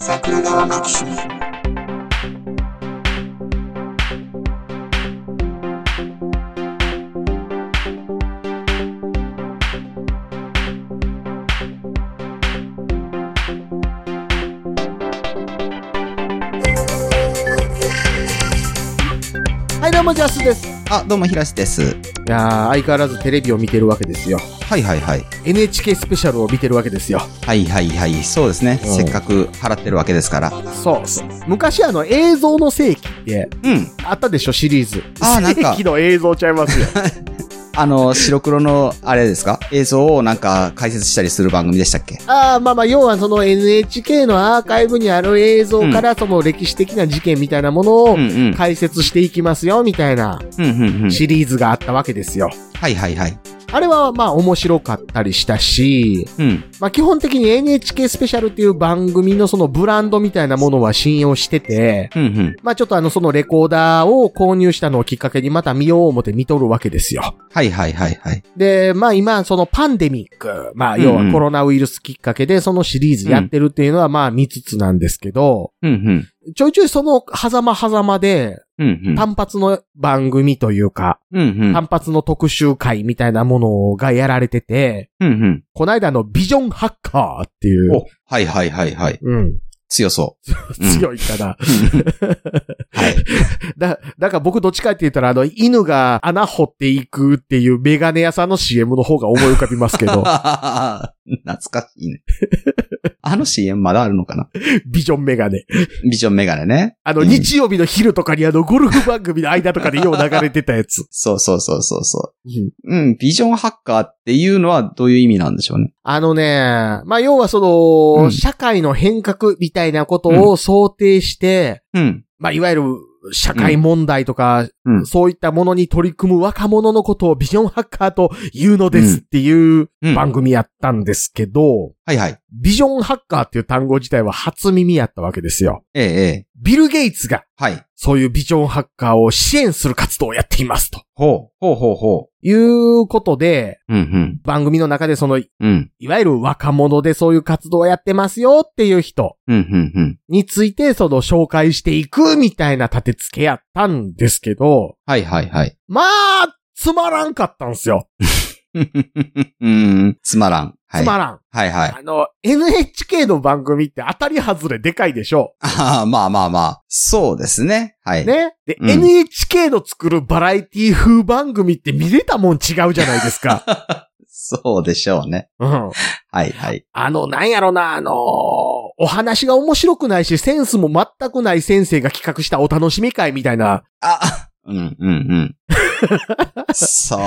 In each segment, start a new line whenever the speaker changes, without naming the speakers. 桜川マキシム
はい、どうも、ジャスです。
あ、どうも、ひらしです。
いやー、相変わらずテレビを見てるわけですよ。
はいはいはい。
NHK スペシャルを見てるわけですよ。
はいはいはい。そうですね。
うん
せっかく払ってるわけですから。
そう。昔あの、映像の世紀って、
うん。
あったでしょ、シリーズ。
あーなんか
世紀の映像ちゃいますよ。
あの、白黒の、あれですか映像をなんか解説したりする番組でしたっけ
ああ、まあまあ、要はその NHK のアーカイブにある映像から、その歴史的な事件みたいなもの
う
を
んうん。
解説していきますよ、みたいな
うんうんうん。
シリーズがあったわけですよ。
はいはいはい。
あれはまあ面白かったりしたし、
うん。
まあ基本的に NHK スペシャルっていう番組のそのブランドみたいなものは信用してて、
うんうん。
まあちょっとあのそのレコーダーを購入したのをきっかけにまた見よう思って見とるわけですよ。
はいはいはいはい。
で、まあ今そのパンデミック、まあ要
うん
は
うん
コロナウイルスきっかけでそのシリーズやってるっていうのはまあ見つつなんですけど、
うんうん。
ちょいちょいその狭間狭間で
うんうん。
単発の番組というか、
うんうん。
単発の特集会みたいなものがやられてて、
うんうん。
この間あのビジョンハッカーっていう、
お、はいはいはいはい。
うん、
強そ
強いから。
う。 はい。
だ、だから僕どっちかって言ったら、あの、犬が穴掘っていくっていうメガネ屋さんの CM の方が思い浮かびます けど、
懐かしいね。あの CM まだあるのかな
ビジョンメガネ。
ビジョンメガネね。
あの、
うん
日曜日の昼とかにあの、ゴルフ番組の間とかでよう流れてたやつ。
そうそうそうそうそう。うん、ビジョンハッカーっていうのはどういう意味なんでしょうね。
あのね、まあ、要はその、
うん
社会の変革みたいなことを想定して、
うん。
まあ、いわゆる、社会問題とか、
うん
そういったものに取り組む若者のことをビジョンハッカーと言うのですっていう
うん。
番組やったんですけど、
はいはい。
ビジョンハッカーっていう単語自体は初耳やったわけですよ。
ええ、ええ。
ビル・ゲイツが
はい。
そういうビジョンハッカーを支援する活動をやっていますと。
ほう。ほうほうほ
いうことで、
う。うん、
番組の中でその、い
うん。うん。
わゆる若者でそういう活動をやってますよっていう人
うん、うん、うん。
についてその紹介していくみたいな立て付けやったんですけど、
はいはいはい。
まあ、つまらんかったんですよ。
うん、つまらん。はい。
つまらん。
はいはい。
あの、NHK の番組って当たり外れでかいでしょ。
ああ、まあまあまあ。そうですね。はい。
ね。で、
うん
NHK の作るバラエティ風番組って見れたもん違うじゃないで すか。
そうでしょうね。
うん。
はいはい。
あの、なんやろな、あのーお話が面白くないし、センスも全くない先生が企画したお楽しみ会みたいな、
あ、うん、うん、うん。そう、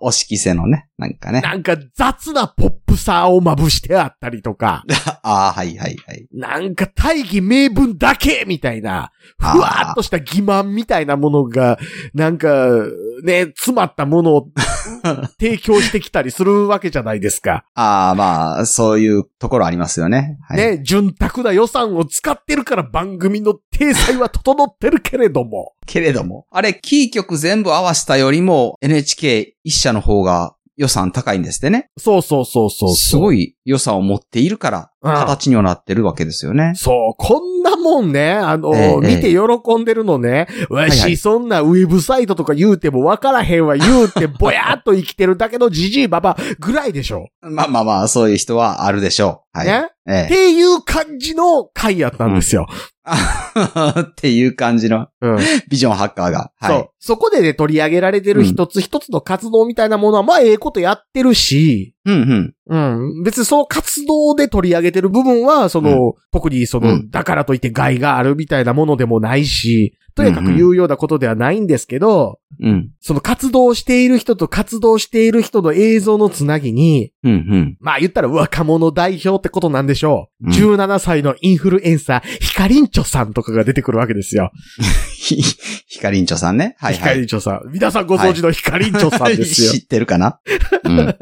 お色せのね、なんかね。
なんか雑なポップさをまぶしてあったりとか、
ああ、はいはいはい。
なんか大義名分だけみたいな、
あー
ふわっとした欺瞞みたいなものが、なんか、ね、詰まったものを提供してきたりするわけじゃないですか。
ああ、まあ、そういうところありますよね。はい。
ね、潤沢な予算を使ってるから番組の体裁は整ってるけれども。
けれども。あれ、キー局全部合わせたよりも NHK 一社の方が予算高いんですってね。
そうそうそうそうそう。
すごい予算を持っているから、
うん
形にはなってるわけですよね。
そう、こんなもんね、あの、
ええ
見て喜んでるのね。わし、
はいはい
そんなウェブサイトとか言うても分からへんわ言う て、ぼやっと生きてるだけのじじいばばぐらいでしょ。
まあまあまあ、そういう人はあるでしょう。はい。
ね、
え
っ
え。
ていう感じの回やったんですよ。
っていう感じの
うん。
ビジョンハッカーが。はい。
そう。そこでね、取り上げられてる一つ一つの活動みたいなものは、まあ、ええことやってるし、
うんうん。
うん。別にその活動で取り上げてる部分は、その、特にそうの、
ん
だからといって害があるみたいなものでもないし、とにかく言うようなことではないんですけど、
うん。
その活動している人と活動している人の映像のつなぎに、
うんうん。
まあ言ったら若者代表ってことなんでしょう。
うん
17歳のインフルエンサー、ヒカリンチョさんとかが出てくるわけですよ。
ひ、ひかりんちょさんね。はい
ヒ
は
カ
い。
リンチョさん。皆さんご存知のヒカリンチョさんですよ。
知ってるかな うん。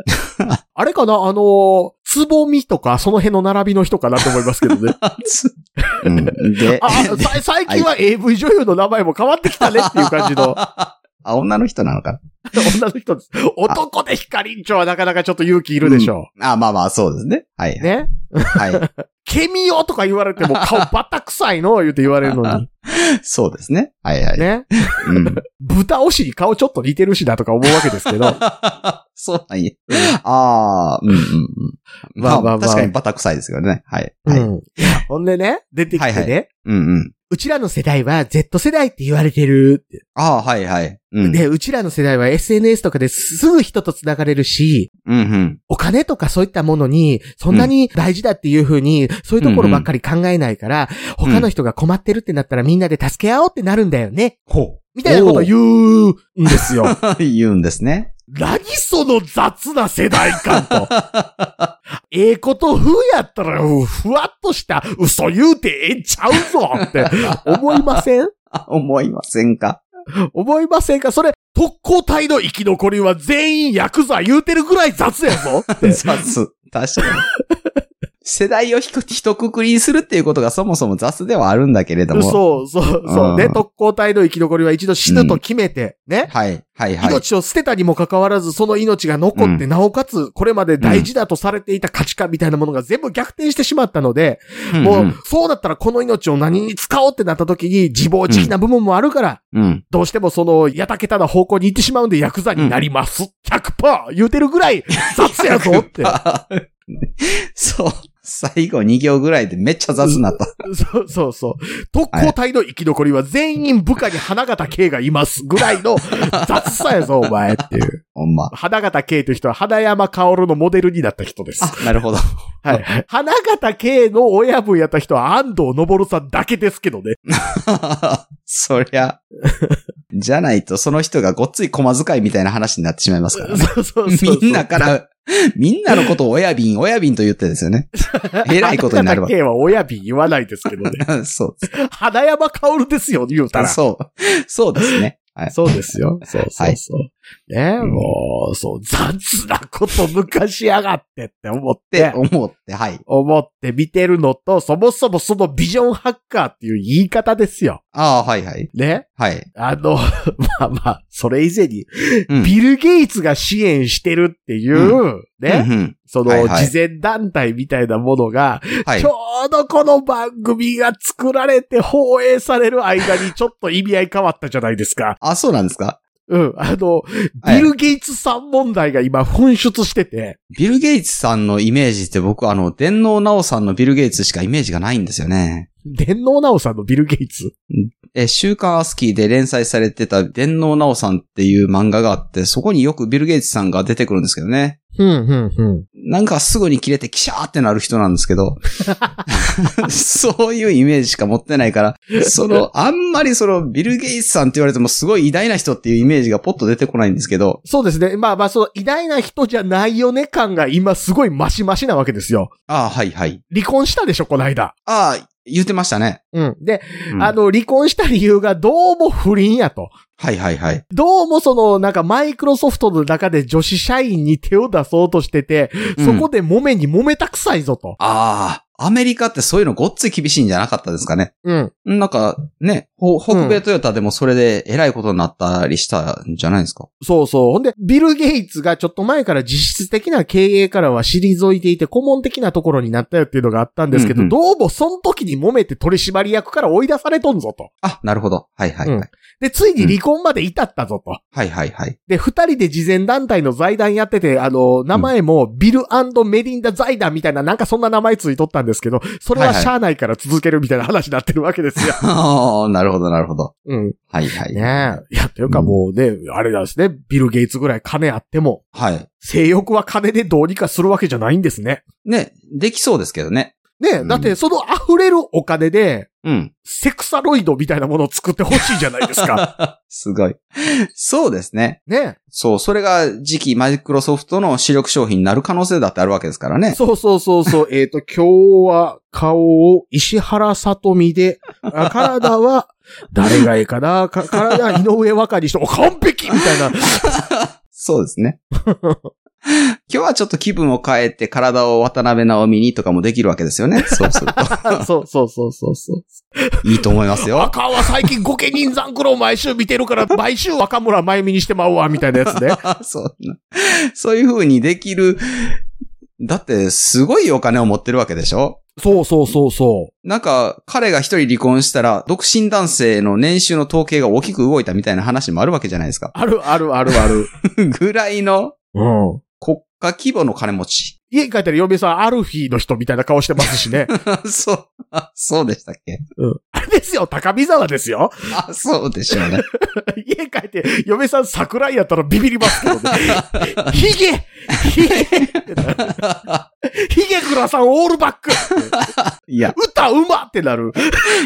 あれかなあの、つぼみとか、その辺の並びの人かなと思いますけど ね。
うんで、
あ、あさ最近は AV 女優の名前も変わってきたねっていう感じの。
あ、女の人なのかな
女の人です。男で光りんちょはなかなかちょっと勇気いるでしょ。。
あ、まあまあ、そうですね。はいう
ね
はい。
ケミオとか言われても 顔バタ臭いの言うて言われるのに。
そうですね。はいはい。
ね。
うん。
豚お尻顔ちょっと似てるしなとか思うわけですけど。
そうなんや。ああ、うんうんうん。
ま
ま
あ
あま
まあまあ
あ。確かにバタ臭いですけどね。はい。
う
はい。
ん。ほんでね、出てきてね、
はいはうんうん。
うちらの世代は Z 世代って言われてるって。
ああ、はいはい。うん。
で、うちらの世代は SNS とかですぐ人と繋がれるし、
うんうん。
お金とかそういったものに、そんなに大事だっていう風に、そういうところばっかり考えないから、
うんうん
他の人が困ってるってなったらみんなで助け合おうってなるんだよね。
ほ
みたいなこと言うんですよ。
う。言うんですね。
何その雑な世代感と。ええこと風やったら、ふわっとした嘘言うてええんちゃうぞって思いません
あ、思いませんか
思いませんかそれ、特攻隊の生き残りは全員ヤクザ言うてるぐらい雑やぞって。
雑。確かに。世代をひく一括りにするっていうことがそもそも雑ではあるんだけれども。
そうそうそう。
う
ね、
ん
特攻隊の生き残りは一度死ぬと決めて、ね。
はい、はい、はい。
命を捨てたにもかかわらず、その命が残って、
う
なおかつ、これまで大事だとされていた価値観みたいなものが全部逆転してしまったので、も
ん
う、そうだったらこの命を何に使おうってなった時に、自暴自棄な部分もあるから、
うん、うん。
どうしてもその、やたけたな方向に行ってしまうんで、ヤクザになります。100%言うてるぐらい、雑やぞ って。
そう。最後2行ぐらいでめっちゃ雑になった。
そうそうそう。特攻隊の生き残りは全員部下に花形慶がいますぐらいの雑さやぞ、お前っていう。
ほんま。
花形慶という人は花山薫のモデルになった人です。
あ、なるほど。
はい。花形慶の親分やった人は安藤昇さんだけですけどね。
そりゃ。じゃないと、その人がごっつい駒遣いみたいな話になってしまいますからね。
そうそうそうそう。
みんなから、みんなのことを親瓶、親瓶と言ってですよね。えらいことになるわ
花形慶は親分言わないですけどね。
そうです
花山薫ですよ、言うたら。
そう。そうですね。はい。
そうですよ。そうそうそう。ね
うん
もう、そう、雑なこと昔やがってって思っ
って
て。
思って、はい。
思って見てるのと、そもそもそのビジョンハッカーっていう言い方ですよ。
ああ、はいはい。
ね。
はい。
あの、 まあまあ、それ以前に、
うん
ビル・ゲイツが支援してるっていう、ね、
うんうんは
その
いはい
慈善団体みたいなものが、
はい
ち。ょうどこの番組が作られて放映される間にちょっと意味合い変わったじゃないですか。
あ、そうなんですか
うん。あの、
はい
ビル・ゲイツさん問題が今噴出してて、
ビル・ゲイツさんのイメージって僕、あの、電脳直さんのビル・ゲイツしかイメージがないんですよね。
電脳直さんのビル・ゲイツ。
え、週刊アスキーで連載されてた電脳直さんっていう漫画があって、そこによくビル・ゲイツさんが出てくるんですけどね。
うん、うん、うん。
なんかすぐに切れてキシャーってなる人なんですけ ど、そういうイメージしか持ってないから、その、あんまりその、ビル・ゲイツさんって言われてもすごい偉大な人っていうイメージがポッと出てこないんですけど、
そうですね。まあまあ、その偉大な人じゃないよね感が今すごいマシマシなわけですよ。
ああ、はいはい。
離婚したでしょ、この間。
ああ、言ってましたね。
うん。で、
うん
あ、の、離婚した理由がどうも不倫やと。
はいはいはい。
どうもその、なんかマイクロソフトの中で女子社員に手を出そうとしてて、そこ
うん
で揉めに揉めたくさいぞと。
ああ、アメリカってそういうのごっつい厳しいんじゃなかったですかね。
うん。
なんか、ね、ほ北米トヨタでもそれで偉いことになったりしたんじゃないですか。
そうそう。ほんで、ビル・ゲイツがちょっと前から実質的な経営からは退いていて、顧問的なところになったよっていうのがあったんですけ
う
ど、
んうん
どうもその時に揉めて取締役から追い出されとんぞと。
あ、なるほど。はいはいはい。
うんで、ついに離婚まで至ったぞと。
はいはいはい。
で、二人で慈善団体の財団やってて、あの、名前もビルメリンダ財団みたいな、なんかそんな名前ついとったんですけど、それは
はいはい
社内から続けるみたいな話になってるわけ ですよ。
ああ、なるほどなるほど。
うん。
はいはい。
ねえ。いや、というかもうね、あれなんですね。ビル・ゲイツぐらい金あっても、
はい。
性欲は金でどうにかするわけじゃないんですね。
ね、できそうですけどね。
ねえ、
うん
だってその溢れるお金で、
うん。
セクサロイドみたいなものを作ってほしいじゃないです か。
すごい。そうですね。
ね
そう、それが次期マイクロソフトの主力商品になる可能性だってあるわけですから
え。
ね。
そうそうそう そう。えっと、今日は顔を石原さとみで、あ体は、誰がいいかなか体 は井上若にして、お完璧みたいな。
そうですね。今日はちょっと気分を変えて体を渡辺直美にとかもできるわけですよね。そう する
そうそうそうそうそう。
と。いいと思いますよ。
若は最近御家人残苦労毎週見てるから、毎週若村真由美にしてまうわ、みたいなやつね。
そんな。そういう風にできる。だって、すごいお金を持ってるわけでしょ
そうそうそうそ
なんか、彼が一人離婚したら、独身男性の年収の統計が大きく動いたみたいな話もあるわけじゃないですか
う。。あるあるあるある。
ぐらいの
うん。
国家規模の金持ち。
家に帰ったら嫁さん、アルフィーの人みたいな顔してますしね。
そう、あそうでしたっけ
あれですよ、高見沢ですよ。
あ、そうでしょうね。
家帰って、嫁さん桜井やったらビビりますけ どね。ヒゲヒゲヒゲグラさんオールバック
いや、
歌うまってなる。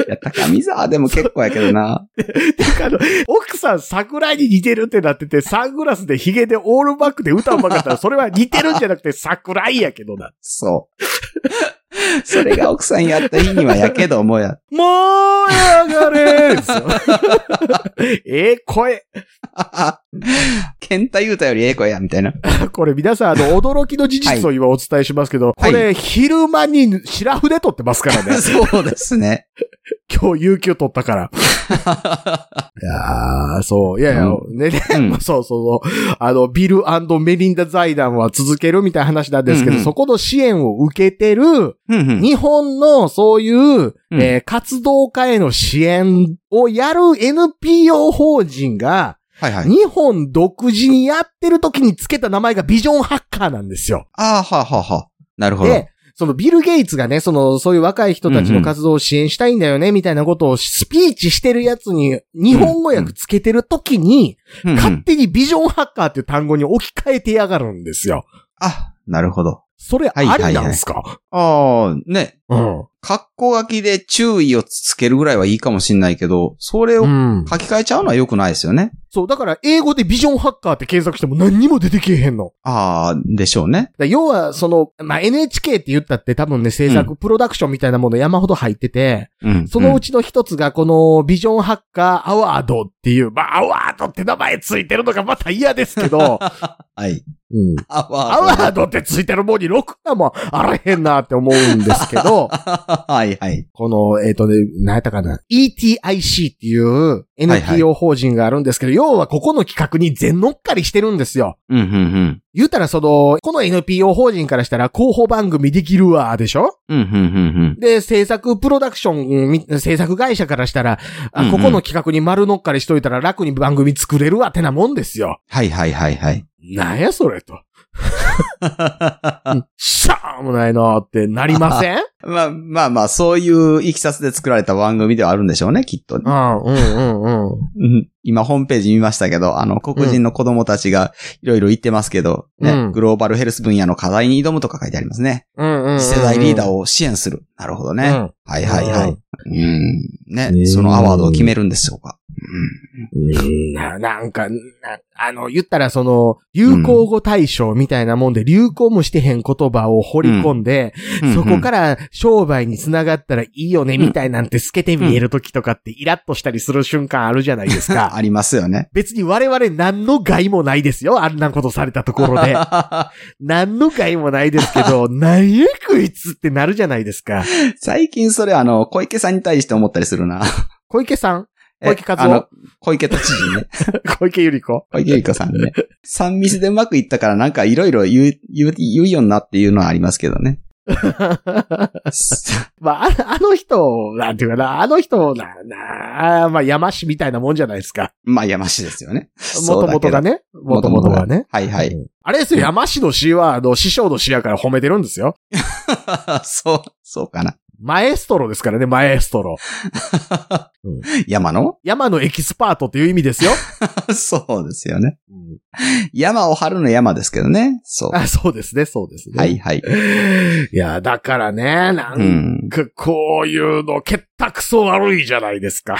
いや高見沢でも結構やけどな。
あの、奥さん桜井に似てるってなってて、サングラスでヒゲでオールバックで歌うまかったら、それは似てるんじゃなくて桜井やけどな。
そう。それが奥さんやった日にはやけどもや。
もう上が れですよええ声。
ケンタユータよりええ子や、みたいな。
これ皆さん、あの、驚きの事実を今お伝えしますけど、
はい
これ、昼間に白筆撮ってますからね。
そうですね。
今日、有給取っ たから。いやーそう。いやいや、
う
ね、で
うん
もそうそうそう。あの、ビルメリンダ財団は続けるみたいな話なんですけど、
うんうん
そこの支援を受けてる、
うんうん
日本のそういう、
うん
えー活動家への支援をやる NPO 法人が、
はいはい。
日本独自にやってる時につけた名前がビジョンハッカーなんですよ。
ああ、はあはあはあ。なるほど。
で、そのビル・ゲイツがね、その、そういう若い人たちの活動を支援したいんだよね、みたいなことをスピーチしてるやつに、日本語訳つけてるときに、
うんうん
勝手にビジョンハッカーっていう単語に置き換えてやがるんですよ。
あ、なるほど。
それ、あ
はいはいはい
りなんすか
ああ、ね。
うん。
格好書きで注意をつけるぐらいはいいかもしんないけど、それを
うん。
書き換えちゃうのは良くないですよね。
そう、だから、英語でビジョンハッカーって検索しても何にも出てけえへんの。
ああ、でしょうね。
だから要は、その、まあ、NHK って言ったって多分ね、制作、プロダクションみたいなもの山ほど入ってて、
うん。
その
う
うんちの一つが、このビジョンハッカーアワードっていう、まあ、アワードって名前ついてるのがまた嫌ですけど、
はい。
うん
あ
アワードってついてるもんにろくなもんあらへんなって思うんですけ ど、
はいはい。
この、えっ、とね、何やったかな、ETIC っていう NPO 法人があるんですけど、要はここの企画に全乗っかりしてるんですよ。
うん、うん、
言うたらその、この NPO 法人からしたら広報番組できるわ、でしょ
うん。うん、うん、うん、
で、制作プロダクションみ、制作会社からしたら、あ
うんうん
ここの企画に丸乗っかりしといたら楽に番組作れるわってなもんですよ。
はいはいはいはい。
なんやそれと。しゃーもないなーってなりませ ん
まあまあまあ、そういういきさつで作られた番組ではあるんでしょうね、きっと
う
ね。
ん、うん、うん、うん。
うん今ホームページ見ましたけど、あの、黒人の子供たちがいろいろ言ってますけど、ね、
うん
グローバルヘルス分野の課題に挑むとか書いてありますね。
うん、うん。
次世代リーダー
を
を支援する。なるほどね。
ね。
はいはいはい。うん。ね、
ね
そのアワードを決めるんでしょうか。
うんななんか、なあの、言ったらその、流行語大賞みたいなもんで、流行もしてへん言葉を掘り込んで、
うん、
そこからら商売に繋がったらいいよね、みたいなんて透けて見える時とかってイラッとしたりする瞬間あるじゃないです
あ
か。
りますよね。
別に我々何の害もないですよ。あんなことされたとこ ろで。何の害もないですけど、何やこいつってなるじゃないですか。
最近それあの、小池さんに対して思ったりするな。
小池さん、
え
小池和夫
あの小池都知事ね。
小池百合子。
小池百合子さんね。三密でうまくいったからなんかいろいろ言う、言う、言うようになっていうのはありますけど ね。
まあ、ああの人、なんていうかな、あの人な、な、まあ、山氏みたいなもんじゃないですか。
まあ、山氏ですよ ね。
もともとが
ね。
ね。もともとがね。
はいはい。
あれですよ、山氏の詩は、あの、師匠の詩やから褒めてるんですよ。
そう、そうかな。
マエストロですからね、マエストロ。
山の
山のエキスパートっていう意味ですよ。
そうですよね。山を張るの山ですけどね。そう。
あそうですね、そうですね。
はい。はい。
いや、だからね、な
うん
んかこういうの、結たくそ悪いじゃないで すか。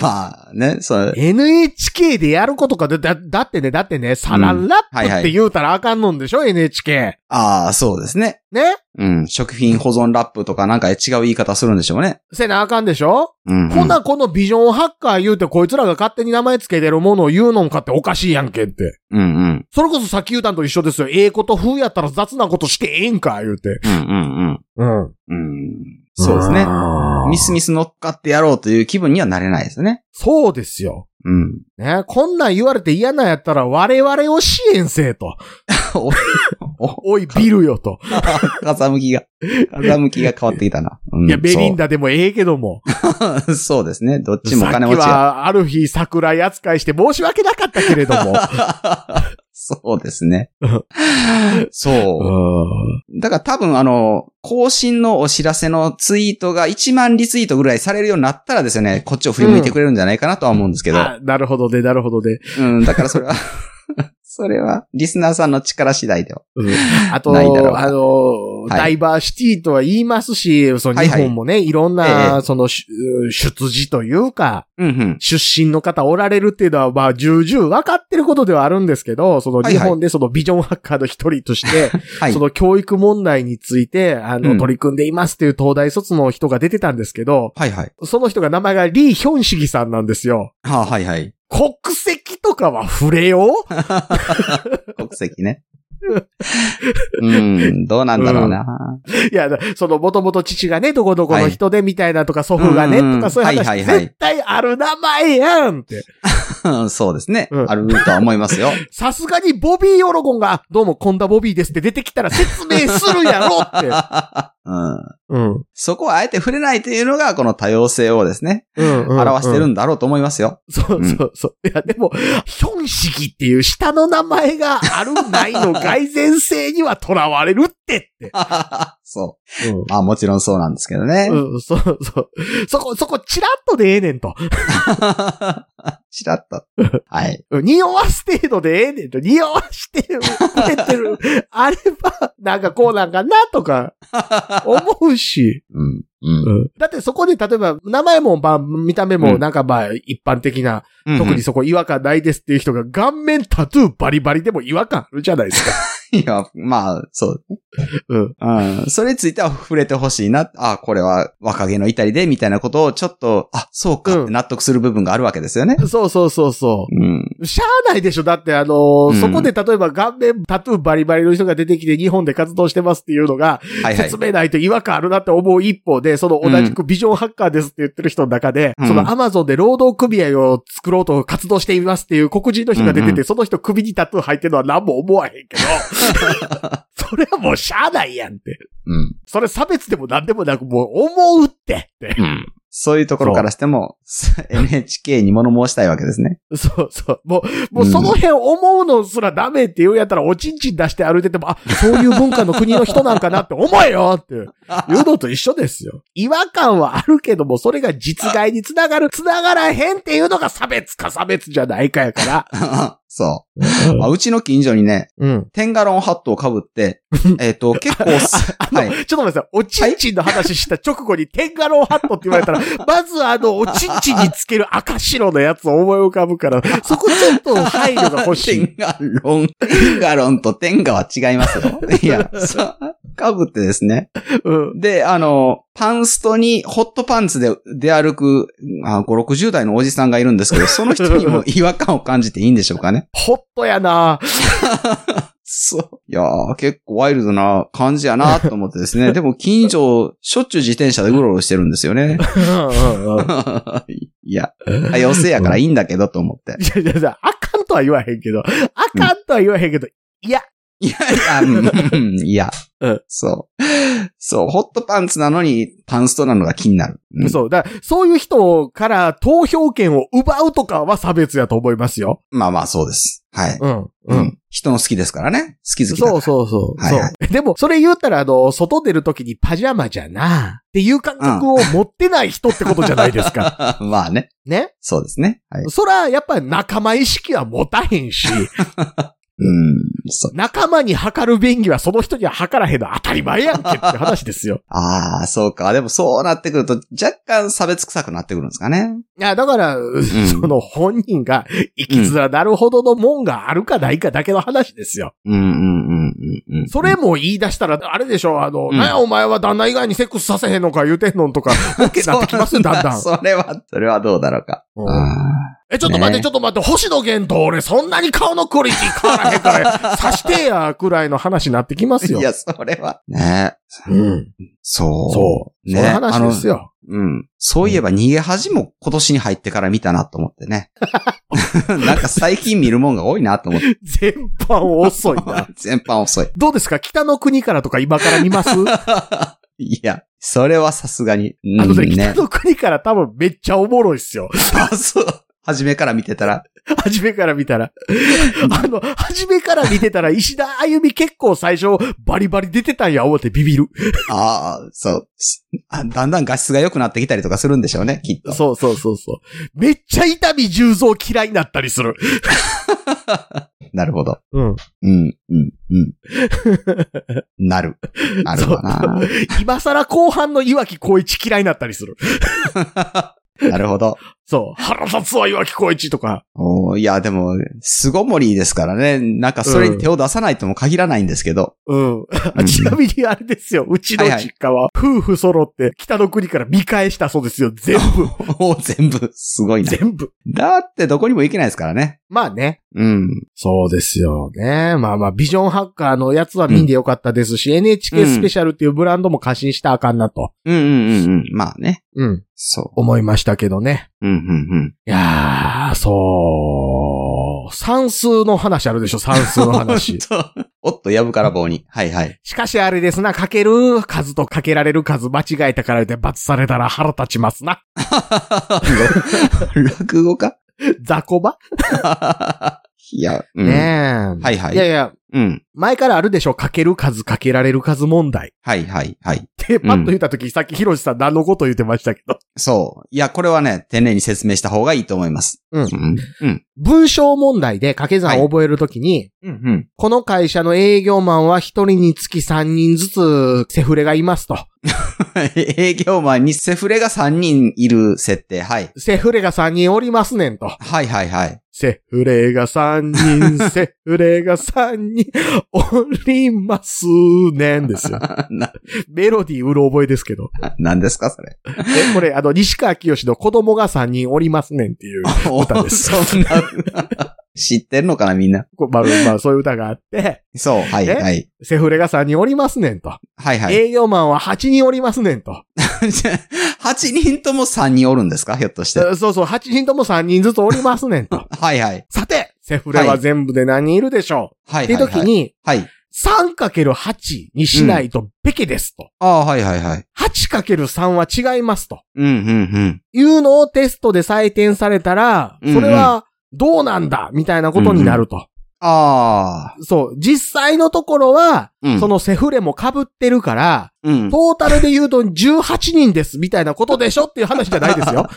まあね、そう。
NHK でやることかで、だ、だってね、だってね、サランラップって言うたらあかんのんでしょ、NHK。
ああ、そうですね。
ね
うん。食品保存ラップとかなんか違う言い方するんでしょうね。
せなあかんでしょ、
うん、うん。
ほな、このビジョンハッカー言うて、こいつらが勝手に名前つけてるものを言うのんかっておかしいやんけって。
うんうん。
それこそさっき言うたんと一緒ですよ。ええこと風やったら雑なことしてええんか、言うて。
うんうん
うん。
うん。うん。そうですね。。ミスミス乗っかってやろうという気分にはなれないですね。
そうですよ。
うん。
ね、こんなん言われて嫌なんやったら我々を支援せえと。
お、お、
おい、ビルよと。
風向きが、風向きが変わってきたな。うん
いや、ベリンダでもええけども。
そう。 そうですね。どっちも
さ
お
っき
金持ちや。
は、ある日桜井扱いして申し訳なかったけれども。
そうです ね。そう う。だから多分あの、更新のお知らせのツイートが1万リツイートぐらいされるようになったらですよね、こっちを振り向いてくれるんじゃないかなとは思うんですけ
ん
ど。
あなるほどね、なるほどね。
うん、だからそれ は、それは、リスナーさんの力次第では。
うん あと、
ないだろう
あの、
はい
ダイバーシティとは言いますし、その
はい
日
はい
本もね、いろん
え
な、その、し出自というか、
うんうん。
出身の方おられるっていうのは、まあ、重々分かってることではあるんですけど、その
はいはい
日本でそのビジョンハッカーの一人として、
はい
そ。の教育問題について、あの、
うん
取り組んでいますっていう東大卒の人が出てたんですけど、
はいはい。
その人が名前がリー・ヒョンシギさんなんですよ。
はあ、はいはい。
国籍とかは触れよう
国籍ね。うん、どうなんだろうな。
いや、その、もともと父がね、どこどこの人でみたいなとか、祖父がね、
うんうん
とかそういう
はい
話、
はいはい
絶対ある名前やんって。
そうですね。
うん
あるとは思いますよ。
さすがにボビー・オロゴンが、どうも、こんなボビーですって出てきたら説明するやろって。
うん。
うん。
そこはあえて触れないというのが、この多様性をですね、
うんうん
表してるんだろうと思いますよ。
そうそうそう。いや、でも、ヒョンシギっていう下の名前があるないの外然性にはとらわれるってって。
そう。
うん
まあもちろんそうなんですけどね。
うん、そうそう。そこ、そこ、チラッとでええねんと。
ちらっと。はい。
うん匂わす程度でええねんと。匂わしてくれてる。 あれば、なんかこうなんかなとか、思うし。
うん。うん。
だってそこで、例えば、名前も、まあ、見た目
う
も、
ん
なんかまあ、一般的な、
うん
特にそこ違和感ないですっていう人が、顔面タトゥーバリバリでも違和感あるじゃないですか。
いや、まあ、そう。
うん。
うん。それについては触れてほしいな。あ、これは若気の至りで、みたいなことをちょっと、あ、そうか
う
っ
ん
て納得する部分があるわけですよね。
そうそうそうそ
うん。
う。しゃあないでしょだってあのー
うん
そこで例えば顔面タトゥーバリバリの人が出てきて日本で活動してますっていうの
は
が、
いはい
説。明ないと違和感あるなって思う一方で、その同じくビジョンハッカーですって言ってる人の中で、
うん
そのアマゾンで労働組合を作ろうと活動していますっていう黒人の人が出てて、
うんうん
その人首にタトゥー入ってるのは何も思わへんけど、 それはもうしゃあないやんって。
うん。
それ差別でも何でもなく、もう思うってって。
うん。そういうところからしても、NHK に物申したいわけですね。
そうそう。もう、もうその辺思うのすらダメって言うんやったら、おちんちん出して歩いてても、あ、そういう文化の国の人なんかなって思えよって いうのと一緒ですよ。違和感はあるけども、それが実害につながる、つながらへんっていうのが差別か差別じゃないかやから。
そう、まあ。うちの近所にね、
うん。
テンガロンハットをかぶ って、えっと、結構す、
あの、
はい。
ちょっと待ってください。おちんちんの話した直後に、テンガロンハットって言われたら、まずあの、おちんちんにつける赤白のやつを思い浮かぶから、そこちょっと配慮が欲し
テ
い。
ンガロン、テンガロンとテンガは違います よ。いや、そう、かぶってですね。
うん。
で、あの、パンストにホットパンツで出歩く、あ5、60代のおじさんがいるんですけど、その人にも違和感を感じていいんでしょうかね。
ホットやな
そう。いやー、結構ワイルドな感じやなと思ってです ね。でも近所、しょっちゅう自転車でうろうろしてるんですよね。
うんうんうん。
いや、多様性やからいいんだけどと思って。
いやいやいや、あかんとは言わへんけど、あかんとは言わへんけど、いや、
いや、いや、うんうんいや
うん、
そう。そう、ホットパンツなのにパンストなのが気になる。うん
そう、だからそういう人から投票権を奪うとかは差別やと思いますよ。
まあまあ、そうです。はい。
うん。
う。ん。人の好きですからね。好き好きだか
そ
ら。
うそうそう。
はいはい
そうでも、それ言ったら、あの、外出るときにパジャマじゃなっていう感覚を持ってない人ってことじゃないですか。
まあね。
ね。
そうですね。はい。
そら、やっぱ仲間意識は持たへんし、
うん。そう
仲間に測る便宜はその人には測らへんのは当たり前やんけって話ですよ。
ああ、そうか。でもそうなってくると、若干差別臭くなってくるんですかね。
いや、だから、その本人が生きづらなるほどのもんがあるかないかだけの話ですよ。
うんうんうんうんうん。
それも言い出したら、あれでしょ、あの、
うん
なんやお前は旦那以外にセックスさせへんのか言うてんのんと か、オッケーなってきますよ、だんだん。
それは、それはどうだろうか。
うん
あ
え、ちょっと待って、
ね
ちょっと待って、星野源と俺そんなに顔のクオリティ変わらへんから、さしてや、くらいの話になってきま
ー
すよ。
いや、それは。ね
うん。
そう。
そう。
ね
そういう話ですよ。
うん。そういえば逃げ恥も今年に入ってから見たなと思って ね。なんか最近見るもんが多いなと思って。
全般遅い な。
全般遅い。
どうですか北の国からとか今から見ますあ
いや、それはさすがに。うん、
のね、北の国から多分めっちゃおもろいっすよ。
あ、そう。初めから見てたら。
初めから見た ら。あの、初めから見てたら石田歩み結構最初バリバリ出てたんや思ってビビる。
ああ、そうあ。だんだん画質が良くなってきたりとかするんでしょうね、きっと。
そうそうそうそう。めっちゃ痛み重造嫌いになったりする。
なるほど。
うん。
うん、うん、 うん。なる。なるかな。
今更後半の岩木光一嫌いになったりする。
なるほど。
そう。腹立つわ岩木光一とか。
おーいや、でも、凄森ですからね。なんかそれに手を出さないとも限らないんですけど。
うん。
う
あ
ん
ちなみにあれですよ、うちの
はいはい
実家は、夫婦揃って北の国から見返したそうですよ、全 部。
おー 全部、すごいな。
全部。
だってどこにも行けないですからね。
まあね。
うん。
そうですよね。まあまあ、ビジョンハッカーのやつは見んでよかったですし、NHK スペシャルっていうブランドも過信したらあかんなと。
うんうんうんうん。まあね。
うん。
そ
思いましたけどね。
う。うんうん
いやー、そう。算数の話あるでしょ、算数
うん。
の 話。
おっと。おっと、やぶから棒に。はい はい。
しかしあれですな、かける数とかけられる数間違えたからで罰されたら腹立ちますな。
落語か
雑魚場
いや、うん、
ねえ。
はいはい
いやいや、
うん。
前からあるでしょかける数かけられる数問題。
はいはいはい。
で、パッと言ったとき、さっきヒロシさん何のこと言ってましたけど。
そう。いや、これはね、丁寧に説明した方がいいと思います。
うん
うん。うん。
文章問題で掛け算を覚えるときに、
うん。
この会社の営業マンは一人につき三人ずつセフレがいますと。
営業マンにセフレが3人いる設定。はい。
セフレが三人おりますねんと。
はいはいはい。
セフレが三人、セフレが三人おりますね んですよ。
な、
メロディーうる覚えですけど。
何ですかそ れ。
えこれ、あの、西川きよしの子供が三人おりますねんっていう歌です
そんな。知ってんのかなみんな。
こうまあ、まあ、そういう歌があって、
そう。はい
え
はい。
セフレが三人おりますねんと。
はいはい。
営業マンは八人おりますねんと。
8人とも3人おるんですかひょっとして。
そうそう、八人とも三人ずつおりますねんと。
はいはい。
さて、セフレは全部で何人いるでしょう、
はいはい、はい。
っていう時。に、
はい。
3×8 にしないとべきですと。
ああ、はいはいはい。
8×3 は違いますと。
うんうんうん。
いうのをテストで採点されたら、それはどうなんだみたいなことになると。
ああ。
そう。実際のところは、
うん
そのセフレも被ってるから、
うん
ト。ータルで言うと18人ですみたいなことでしょっていう話じゃないですよ。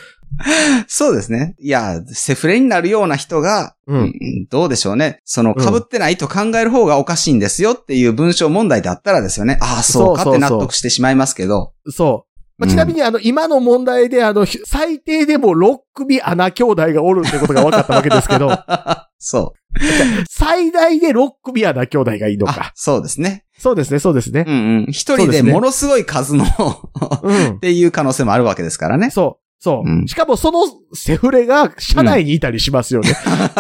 そうですね。いや、セフレになるような人が、
う。
うんんどうでしょうね。その、
うん
被ってないと考える方がおかしいんですよっていう文章問題だったらですよね。ああ、そうか
そ
っ
うそ
て
うそ
納
う
得してしまいますけど。
そう。まあちなみに、あの、今の問題で、あの、ひ最低でも6組穴兄弟がおるってことが分かったわけですけど、
そ
最大で6組穴兄弟がいいの
う。
か
あ。、そうですね。
そうですね、そうですね
う。んうん。一
そ
人
うで
です
ね
ものすごい数の、 っ
うん。
ていう可能性もあるわけですからね。
そう。そう、
うん
しかもそのセフレが社内にいたりしますよね。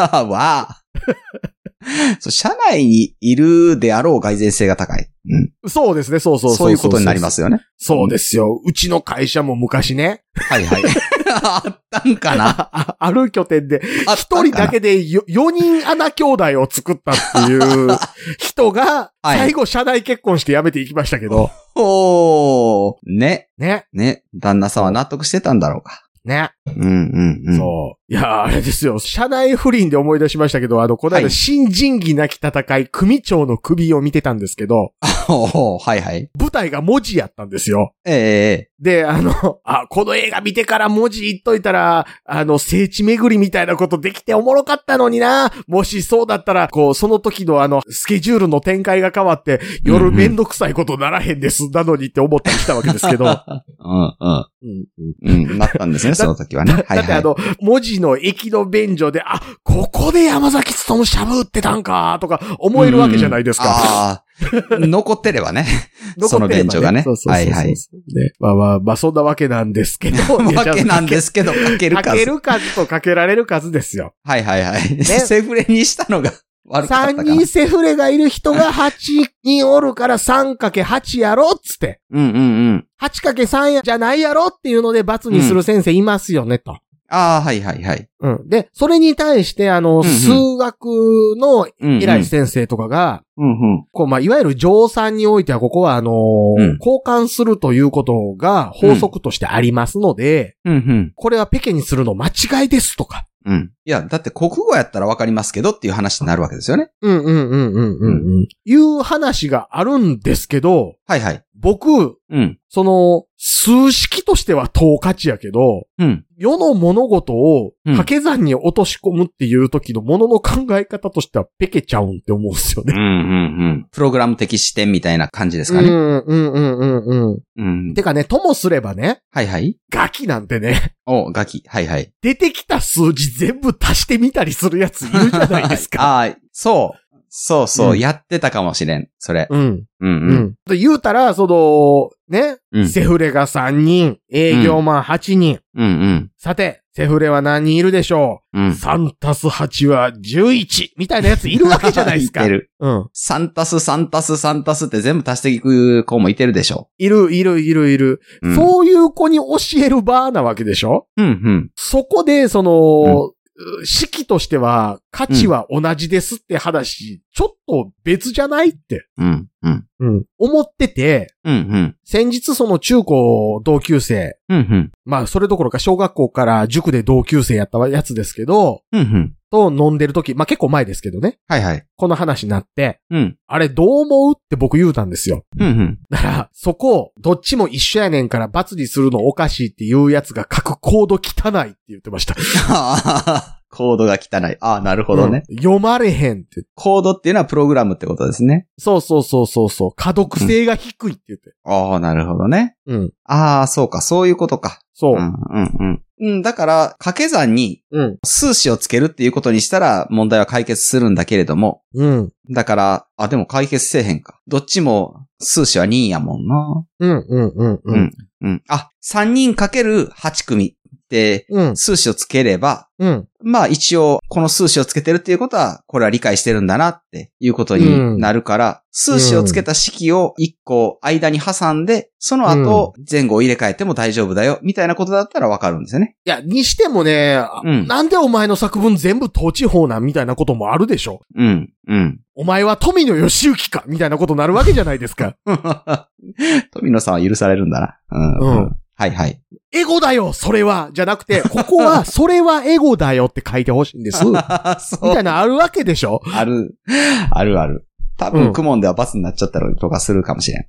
わあ。そう社内にいるであろう外然性が高い。うん。
そうですね、そうそう
そういうことになりま。すよね。
そうですよ。うちの会社も昔ね、
はいはい。あったんかな
あある拠点で、
あっ
一
たんかな
人だけでよ4人穴兄弟を作ったっていう人が、
はい
最後社内結婚して辞めていきましたけど、
おー。ね。
ね、
ね。旦那さんは納得してたんだろうか。
ね。
うんうんうん。
そう。いやー、あれですよ。社内不倫で思い出しましたけど、あの、この
は
間、
い
新人義なき戦い、組長の首を見てたんですけど、
おーはいはい。
舞台が文字やったんですよ。
えええ
で、あの、あ、この映画見てから文字言っといたら、あの、聖地巡りみたいなことできておもろかったのにな。もしそうだったら、こう、その時のあの、スケジュールの展開が変わって、夜
うんうん
めんどくさいことならへんです、なのにって思ったりしたわけですけ ど。
えうんうん。
うんうん
うん、なったんですね、その時はね。はいはい。
だってあの、文字の駅の便所で、あ、ここで山崎努しゃぶってたんか、とか思えるわけじゃないですか。
ああ、残ってればね。
残って
その
れば
便所がね
そうそうそうそう
はいはい
ねまあまあ、まあそんなわけなんですけど。。
わけなんですすけ ど、かける
か
か。
ける数とかけられる数ですよ。
はいはいはい。セフレにしたのが悪かったか
3
な。
人セフレがいる人が8人おるから 3×8 やろっつって。
うんうんうん。
8×3 じゃないやろっていうので罰にする先生いますよね、と。
ああ、はいはいはい。
うん。で、それに対して、あ
ん
の、
うん
数学の
うんうん、
偉い先生とかが、
うんうん。
こう、まあ、いわゆる乗算においては、ここは、あのー
うん
交換するということが法則としてありますので、
うんうん。
これはペケにするの間違いですとか。
うん。いや、だって国語やったらわかりますけどっていう話になるわけですよね。
うんうんうんうんうんうん。いう話があるんですけど、
はいはい。
僕、
うん。
その、数式としては等価値やけど、
うん。
世の物事を
うん
掛け算に落とし込むっていう時のものの考え方としてはペケちゃうんって思うんですよ
うん
ね。
うん うん。プログラム的視点みたいな感じですかね。
んうんうんうんうん。
うん。
てかね、ともすればね、
はいはい。
ガキなんてね、
お、ガキ。はいはい。
出てきた数字全部足してみたりするやついるじゃないですか。
ああ、そう。そうそう、
うん
やってたかもしれん。それ。
うん。
うん
う
うん。
ん。と言うたら、その、ね、
うん。
セフレが3人、営業マン8人。
うん
さて、セフレは何人いるでしょ
うん。う
う、
ん。
?3 たす8は11みたいなやついるわけじゃないですか。
いてる。
うん。
3たす3たす3たすって全部足していく子もいてるでしょ。
いる、いる、いる、いる。
うん、
そういう子に教える場なわけでしょ
うんうん。
そこで、その、式としては価値は同じですって話、ちょっと別じゃないって、
うんうん。
思ってて、
うんうん。
先日その中高同級生、
うんうん。
まあそれどころか小学校から塾で同級生やったやつですけど、
うんうん。
と飲んでる時、まあ結構前ですけどね、
はいはい。
この話になって、
うん。
あれどう思うって僕言うたんですよ。
うんうん。
だから、そこ、どっちも一緒やねんから罰にするのおかしいっていうやつが書くコード汚いって言ってました。
ああコードが汚い。ああ、なるほどね、
うん読まれへんって。
コードっていうのはプログラムってことですね。
そうそうそうそうそう。可読性が低いって言って。
ああ、なるほどね。
うん。
ああ、そうか、そういうことか。
そうう。
んうんうん。うん、だから、掛け算に
うん。
数詞をつけるっていうことにしたら問題は解決するんだけれども、
うん。
だから、あ、でも解決せえへんか。どっちも数詞は2やもんな。
うん。うん。うん。う
うんん。うん。あ、3人かける8組って、
うん。
数詞をつければ、
うん。
まあ一応、この数詞をつけてるっていうことは、これは理解してるんだなっていうことになるから、数詞をつけた式を1個間に挟んで、その後、前後を入れ替えても大丈夫だよ、みたいなことだったらわかるんですよね。
いや、にしてもね、あ
うん
なんでお前の作文全部統治法なんみたいなこともあるでしょ。
うん、うん。
お前は富野義行かみたいなことになるわけじゃないで すか。
富野さんは許されるんだな。うん。
うん
はいはい。
エゴだよそれはじゃなくて、ここは、それはエゴだよって書いてほしい んです。
そ
み
う
たいなのあるわけでしょ
ある、あるある。多
うん
分、クモンではバスになっちゃったりとかするかもしれん。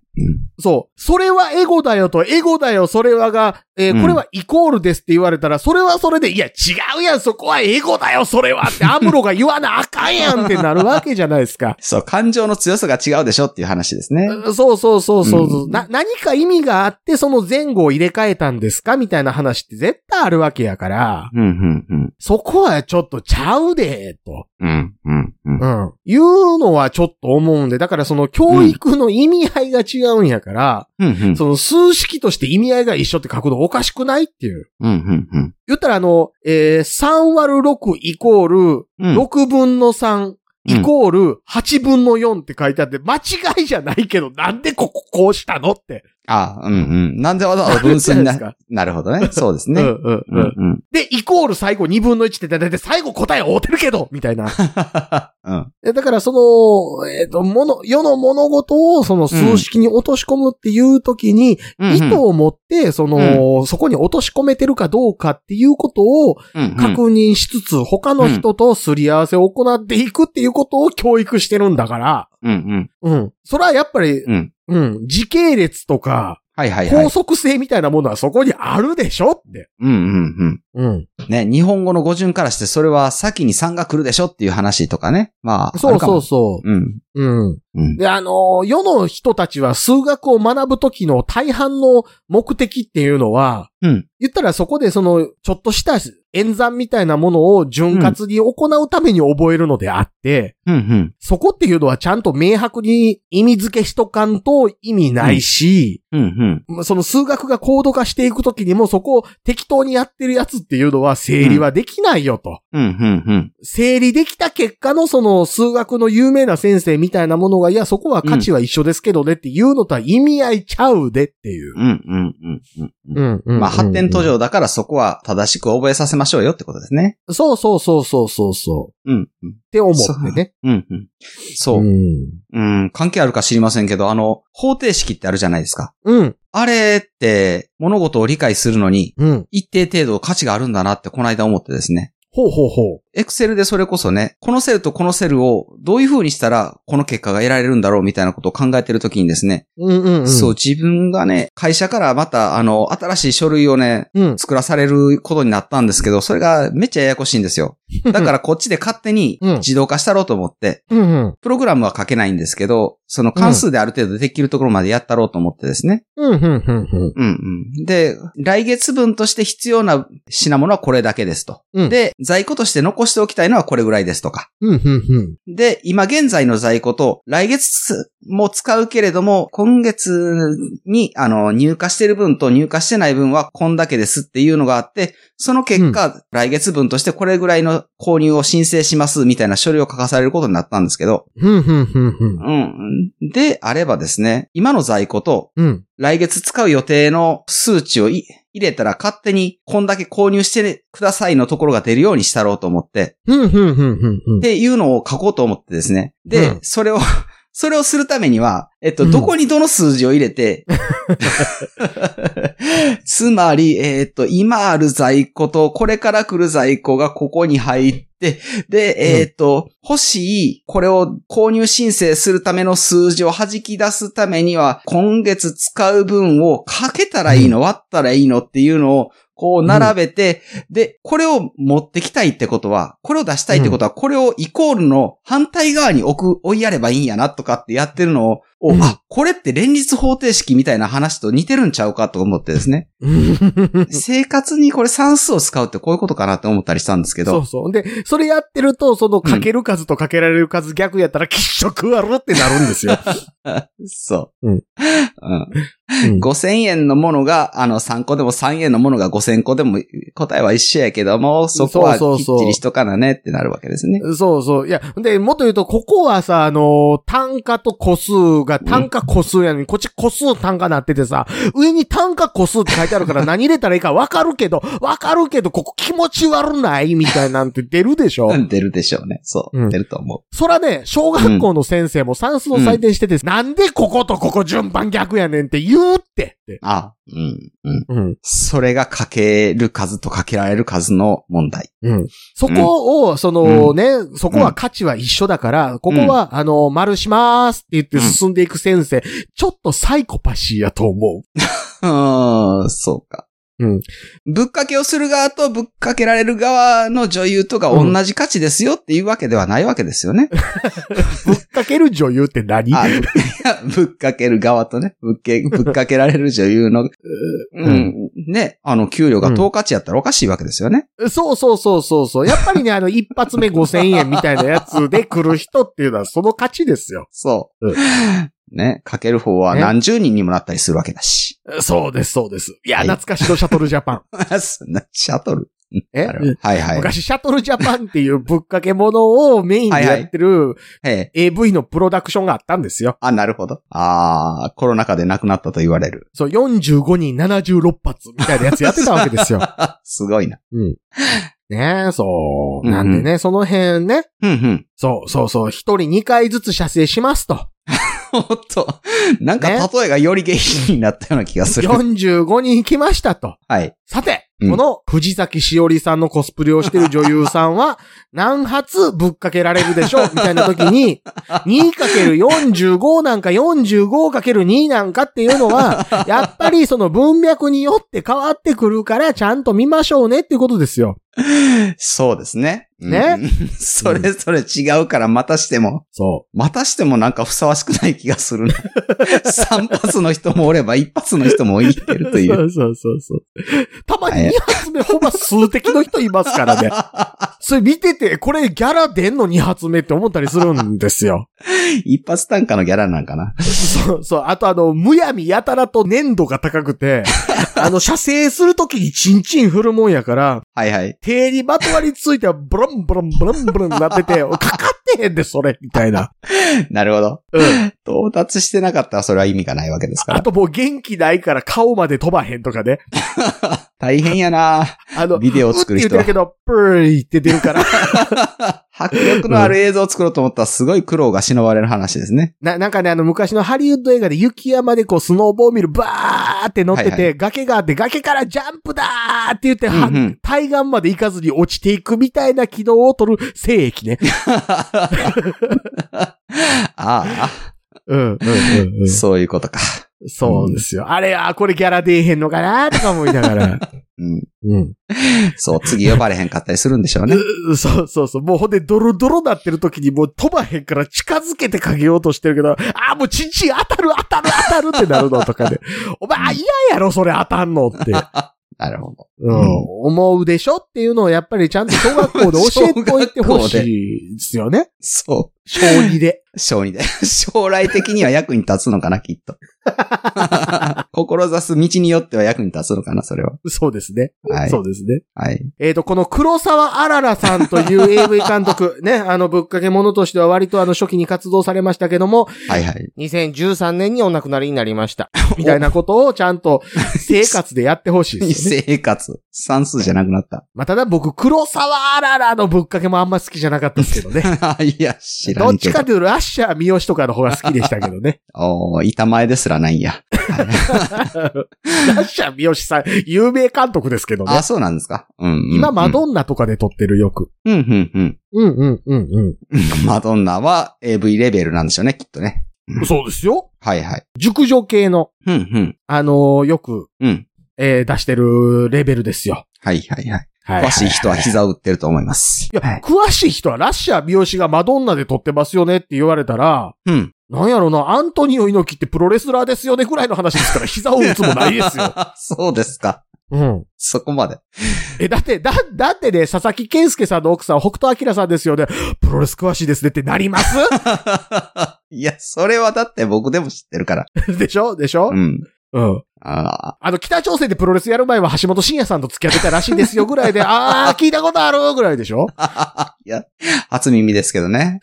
そう。それはエゴだよと、エゴだよ、それはが、えー
うん。
これはイコールですって言われたら、それはそれで、いや、違うやん、そこはエゴだよ、それはって、アムロが言わなあかんやんってなるわけじゃないですか
そう、感情の強さが違うでしょっていう話ですね。
うんそうそうそうそうそう、
うん
な、何か意味があって、その前後を入れ替えたんですかみたいな話って絶対あるわけやから、
うん、うん、うん。
そこはちょっとちゃうで、と。
うん、うん、うん。
うん。いうのはちょっと思うんで、だからその教育の意味合いが違うんやから、
うん、うん。
その数式として意味合いが一緒って書くのおかしくないっていう。
うん、うん、
言ったらあの、えー、3割る6イコール、
うん。
6分の3イコール8分の4って書いてあって、間違いじゃないけど、なんでこここうしたのって。
あうん、うん。なんでわざわざ分数に
ある
な
じゃ ないで、
なるほどね。そうです
う
ね。
んうん
うん、
うん。
うん。
で、イコール最後2分の1ってだいたい最後答え合うてるけど みたいな。
うん。
えだからその、えっ、と、もの、世の物事をその数式に落とし込むっていう時に、
うん
意図を持って、その、そこに落とし込めてるかどうかっていうことを、
うん、うん。
確認しつつ、他の人とすり合わせを行っていくっていうことを教育してるんだから、
うんうん。
うん。それはやっぱり、
うん。
うん、時系列とか、
はいはいはい
高。速性みたいなものはそこにあるでしょって。
うんうん
うん。
うん。ね、日本語の語順からして、それは先に3が来るでしょっていう話とかね。まあ、あ
そ
る
う
か
そ
も
うそ
うん。
う。うん。
うん。
で、あのー世の人たちは数学を学ぶときの大半の目的っていうのは、
うん。
言ったらそこでその、ちょっとした演算みたいなものを潤滑に行うために覚えるのであって、
うんうん。
そこっていうのはちゃんと明白に意味付けしとかんと意味ないし、
うんうん。
その数学が高度化していくときにもそこを適当にやってるやつっていうのは整理はできないよと。
うんうんうん。
整理できた結果のその数学の有名な先生みたいなものが、いや、そこは価値は一緒ですけどねっていうのとは意味合いちゃうでっていう。
うんうんうんうんうん。
ん、う
まあ、発展途。上だからそこは正しく覚えさせましょうよってことですね。
そうそうそうそうそうそう。
う
っ
んうん。
て思ってね。
うんうん。そう。
ん。
うん。関係あるか知りませんけど、あの、方程式ってあるじゃないですか。
うん。
あれって、物事を理解するのに、
うん。
一定程度価値があるんだなってこの間思ってですね。
ほうほうほう。
エクセルでそれこそね、このセルとこのセルをどういう風にしたらこの結果が得られるんだろうみたいなことを考えてるときにですね、
うんうん、うん。
そう、。自分がね、会社からまたあの、新しい書類をね、
うん。
作らされることになったんですけど、それがめっちゃややこしいんですよ。 だからこっちで勝手に
うん
自動化したろうと思って、
うんうん。
プログラムは書けないんですけど、その関数である程度できるところまでやったろうと思ってですね。
うん、うん、うん、
うんうん。で、来月分として必要な品物はこれだけですと。
うん
で、在庫として残しておきたいのはこれぐらいですとか。
うん。うん、うん、
で、今現在の在庫と、来月も使うけれども、今月に、あの、入荷してる分と入荷してない分はこんだけですっていうのがあって、その結果、来月分としてこれぐらいの購入を申請しますみたいな書類を書かされることになったんですけど、
うん、うん、うん、うん。
うん。で、あればですね、今の在庫と、
うん。
来月使う予定の数値をい入れたら勝手にこんだけ購入してくださいのところが出るようにしたろうと思って、
うん、うん、うん、うん、うん
っ。ていうのを書こうと思ってですね。で、
うん
それを、 それをするためには、えっと、
うん
どこにどの数字を入れ て、つまり、えっと、今ある在庫と、これから来る在庫がここに入って、で、えっと、欲しい、これを購入申請するための数字を弾き出すためには、今月使う分をかけたらいいの、割ったらいいのっていうのを、こう並べて、で、これを持ってきたいってことは、これを出したいってことは、これをイコールの反対側に置く、追いやればいいんやなとかってやってるのを、お
うん
あ、これって連立方程式みたいな話と似てるんちゃうかと思ってですね。生活にこれ算数を使うってこういうことかなって思ったりしたんですけ
そ
ど
う。そう。で、それやってると、その、かける数とかけられる数逆やったら、きっしょくわるってなるんですよ。
そう。
うん
うん
うん
5000円のものが、あの、3個でも3円のものが5000個でも答えは一緒やけども、そこはきっ
そうそうそう
ちりしとかなねってなるわけですね。
そうそう。いや、で、もっと言うと、ここはさ、あのー単価と個数が、単価個数やのに、こっち個数単価なっててさ、上に単価個数って書いてあるから 何入れたらいいかわかるけど、わかるけど、ここ気持ち悪ないみたいなんて出るでしょ
うん出るでしょうね。そう。
うん
出ると思
そらね、小学校の先生も算数の採点してて、なんでこことここ順番逆やねんって言うってって
う。。あ、うん、うん。
うん。
それがかける数とかけられる数の問題。
うん。そこを、その
う
ね、そこは価値は一緒だから、ここは、あの、丸しまーすって言って進んでいく先生、ちょっとサイコパシーやと思
うーん、そうか。
うん。
ぶっかけをする側とぶっかけられる側の女優とが同じ価値ですよっていうわけではないわけですよね。
う。ぶっかける女優って何
あぶっ いやぶっかける側とね、ぶっけぶっかけられる女優の、ううん、ね、あの、給料が等価値やったらおかしいわけですよね。
そうそうそうそうそう。やっぱりね、あの、一発目5000円みたいなやつで来る人っていうのはその価値ですよ。
そう。
うん
ね、かける方は
ね
何十人にもなったりするわけだし。
そうです、そうです。いや、
はい
懐かしのシャトルジャパ ン。
そんなシャトル。
え
あれははいはい。
昔、シャトルジャパンっていうぶっかけものをメインでやってる
ええ
AV のプロダクションがあったんですよ。
あ、なるほど。ああ、コロナ禍で亡くなったと言われる。
そう、45人76発みたいなやつやってたわけで すよ。
すごいな。
うん。ねえ、そう。
うん
なんでね、その辺ね。
うんうん。
そうそうそう、一人2回ずつ射精しますと。
おっと、なんか
ね
例えがより下品になったような気がする。
45人来ましたと。
はい。
さて、
うん
この藤崎しおりさんのコスプレをしてる女優さ んは何発ぶっかけられるでしょうみたいな時 に 2×45 なんか 45×2 なんかっていう のはやっぱりその文脈によって変わってくるからちゃんと見ましょうねっていうことですよ。
そうですね。
ね
うん。 それぞれ違うから、またしても、
そ
またしてもなんかふさわしくない気がす るな。3発の人もおれば、1発の人もいってる
う。
とい。
そううそうそうそう。たまに2発目ほぼ数的の人いますから ね。それ見てて、これギャラ出んの2発目って思ったりするんで すよ。
一発単価のギャラなんかな。
そう、そう。あとあの、むやみやたらと粘度が高く て、あの、射精するときにチンチン振るもんやから、
はいはい。
手にまとわりついてはブロンブロンブロンブロンなってて、かかってへんで、それ、みたいな。
なるほど。
うん。
到達してなかったらそれは意味がないわけですか
あ
ら。
ともう元気ないから顔まで飛ばへんとかね。
大変やな
あの、
ビデオを
うって
作る
言って
人
る
は。
けど、プーイって出るから。
迫力のある映像を作ろうと思ったらすごい苦労が忍ばれる話ですね。
な、なんかね、あの、昔のハリウッド映画で雪山でこう、スノーボーミルバーって乗ってて、
はいは
崖があって、崖からジャンプだーって言って、
うん
は
うん
対岸まで行かずに落ちていくみたいな軌道を取る精液ね。
ああ、
うん、うん、うん。
そういうことか。
そうですよ。あれ、あ、これギャラ出えへんのかなーとか思いな がら。
うん、
うん。
そう、次呼ばれへんかったりするんでし ょうね。
うそうそうそう。もうほんで、ドロドロなってる時にもう飛ばへんから近づけてかけようとしてるけど、あ、もうチンチン当たる当たる当たるってなるのとかで。お前、嫌やろ、それ当たんのって。
なるほど。
うん、思うでしょっていうのをやっぱりちゃんと小学校で教え ておいてほしいですよね。
そ
小2で。
う。小児で。 将来的には役に立つのかな、きっと。 志す道によっては役に立つのかな、それは。
そうですね。
はい
そうですね。
はい。
えっ、と、この黒沢あららさんという AV 監督、 ね、あの、ぶっかけ者としては割とあの、初期に活動されましたけども、
はいはい。
2013年にお亡くなりになりま した。みたいなことをちゃんと生活でやってほし いですよね。
生活。算数じゃなくなった。
まあ、ただ僕、黒沢あららのぶっかけもあんま好きじゃなかったですけど ね。
いや、知ら
どっ
んけ
ち
ど
か。というと、ラッシャー三好とかの方が好きでしたけどね。
おー、板前ですらないんや。
ラッシャー三好さん、有名監督ですけどね
あ、。そうなんですか。うん、うん。
今、マ
窓
ドンナとかで撮ってるよく。
うん、うん、うん。
うんうんうん
マドンナは AV レベルなんでしょうね、きっとね。
うん。そうですよ。
はいはい。
熟女系の、
うん、うん。
あのーよく、
うん。
えー出してるレベルですよ。
はいはいはい。
は
詳しい人は膝を打ってると思います。
いや、
はい。
詳しい人はラッシャー三好がマドンナで撮ってますよねって言われたら、
うん。
なんやろな、アントニオ猪木ってプロレスラーですよねぐらいの話ですから、膝を打つもないですよ。
そうですか。
うん。
そこまで。
え、だって、だ、だってね、佐々木健介さんの奥さん、北斗晶さんですよね。プロレス詳しいですねってなります
いや、それはだって僕でも知ってるから。
でしょでしょ
うん。
うん。
ああ。
あの、北朝鮮でプロレスやる前は橋本真也さんと付き合ってたらしいですよぐらいで、あー、聞いたことあるぐらいでしょ
いや、初耳ですけどね。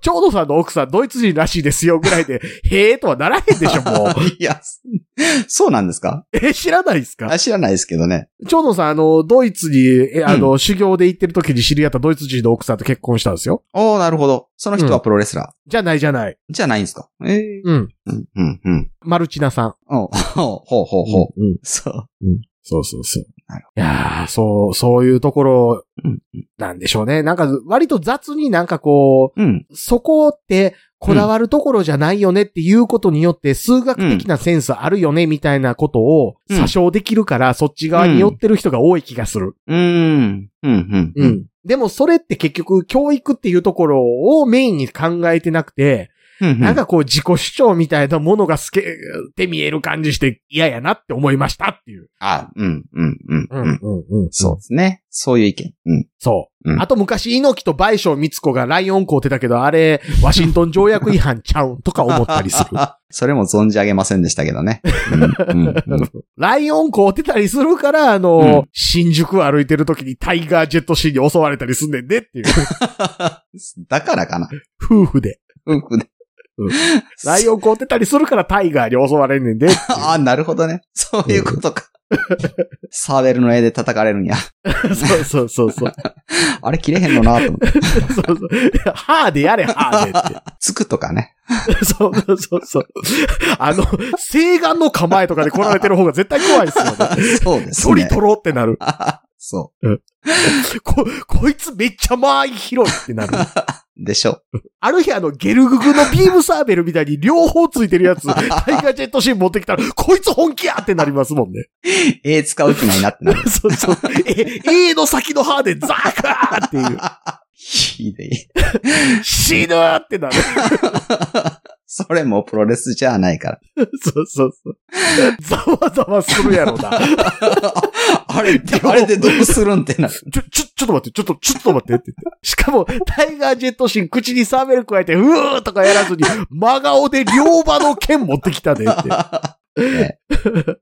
長野さんの奥さんドイツ人らしいですよぐらいで、 へーとはならへんでしょ、もう。
いや、そうなんですか
え、知らないですか
あ知らないですけどね。
長野さん、あの、ドイツに、え、あの、修行で行ってる時に知り合ったドイツ人の奥さんと結婚したんですよ。
おー、なるほど。その人はプロレスラー。
じゃないじゃない。
じゃないんですかええ
うん。
うん、うん、うん。
マルチナさん。
おうほうほうほう。
うん。うん。
そう。
そうそうそう。い
なる
やー、そう、そういうところ
うん、
なんでしょうね。なんか、割と雑になんかこう、
うん。
そこってこだわるところじゃないよねっていうことによって数学的なセンスあるよねみたいなことを
うん
詐称できるからそっち側に寄ってる人が多い気がする。
うーん。うん、うん、うん。
でもそれって結局教育っていうところをメインに考えてなくて、
うん
なんかこう自己主張みたいなものが透けて見える感じして嫌やなって思いましたっていう。
あ、うん、うん、うん、うん。
うん、うん。
そうですね。そういう意見。うん。
そう。
うん
あと昔、猪木と倍賞光子がライオン校ってたけど、あれ、ワシントン条約違反ちゃうんとか思ったりする。
それも存じ上げませんでしたけどね。うん、うん、うん。
ライオン凍ってたりするから、あの、
うん
新宿歩いてる時にタイガージェットシーに襲われたりすんねんでっていう、
だからかな。
夫婦で。
夫婦で。
うんライオン凍ってたりするからタイガーに襲われんねんでっていう。
ああ、なるほどね。そういうことか。サーベルの絵で叩かれるんや。
そうそうそうそう。
あれ切れへんのなと思って。
そうそう。ハーでやれ、ハーでっ
つくとかね。
て。そうそうそうそう。あの、西岸の構えとかで来られてる方が絶対怖いですよね。
そうです
距離
ね。
取ろうってなる。
そ
こ、こいつめっちゃ間合い広いってなる。
う。でしょ。
ある日あの、ゲルググのビームサーベルみたいに両方ついてる やつ、タイガージェットシーン持ってきたら、こいつ本気やってなりますもんね。
絵使う気ないなってなる。
そうそう。え、A の先の歯でザーカーっていう、
ひでえ。
死ぬーってなる。
それもプロレスじゃないから。
そうそうそう。ざわざわするやろな。
あ れ、あれでどうするんってなる。
ちょ、ちょ、ちょっと待って、ちょっと、ちょっと待ってって言って。しかも、タイガージェットシン口にサーベル加えて、うーとかやらずに、真顔で両刃の剣持ってきたでって。
ね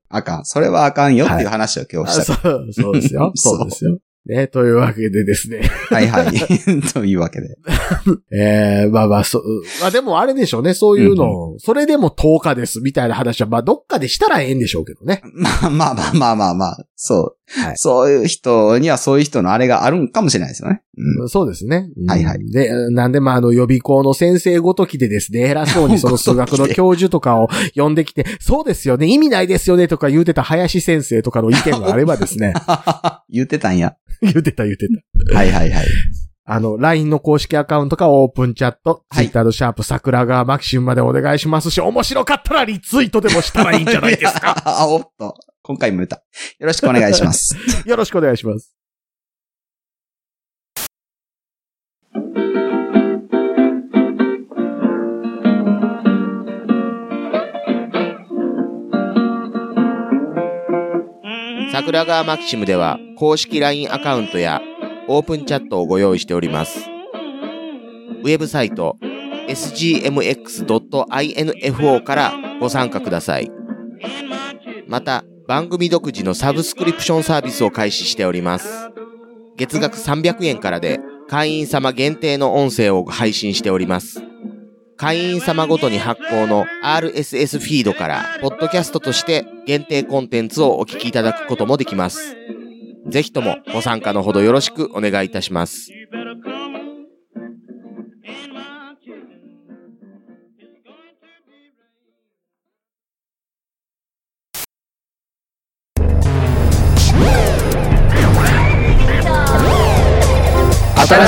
あかん。それはあかんよっていう話を今日
あ
した。
そう、そうですよ。そうですよ。ね、というわけでですね。
はいはい。 というわけで。
ええまあまあ、そう、まあでもあれでしょうね、そういうの、それでも10日ですみたいな話は、まあどっかでしたらええんでしょうけどね。
まあ まあまあまあまあまあ。そう。
はい
そういう人にはそういう人のあれがあるんかもしれないですよね。うん
そうですね。うん
はいはい。
で、なんでまああの予備校の先生ごときでですね、偉そうにその 数学の教授とかを呼んできて、そうですよね、意味ないですよねとか言うてた林先生とかの意見があればで すね、
言ってたんや。
言うてた言うてた。
はいはいはい。
あの、LINE の公式アカウントかオープンチャット、
はい
Twitter のシャープ桜川マキシムまでお願いしますし、面白かったらリツイートでもしたらいいんじゃないですか。
あ、おっと。今回も言った。よろしくお願いします。
よろしくお願いします。
桜川マキシムでは公式 LINE アカウントやオープンチャットをご用意しておりますウェブサイト sgmx.info からご参加くださいまた番組独自のサブスクリプションサービスを開始しております月額300円からで会員様限定の音声を配信しております会員様ごとに発行の RSS フィードから、ポッドキャストとして限定コンテンツをお聞きいただくこともできます。ぜひともご参加のほどよろしくお願いいたします。
新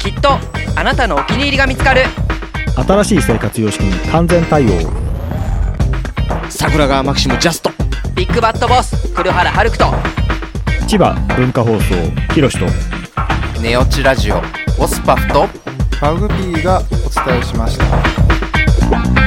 きっとあなたのお気に入りが見つかる
新しい生活様式に完全対応
桜川マキシムジャスト。
ビッグバットボス黒原遥人
千葉文化放送ひろしと
ネオチラジオ。オスパフと
マグピーがお伝えしました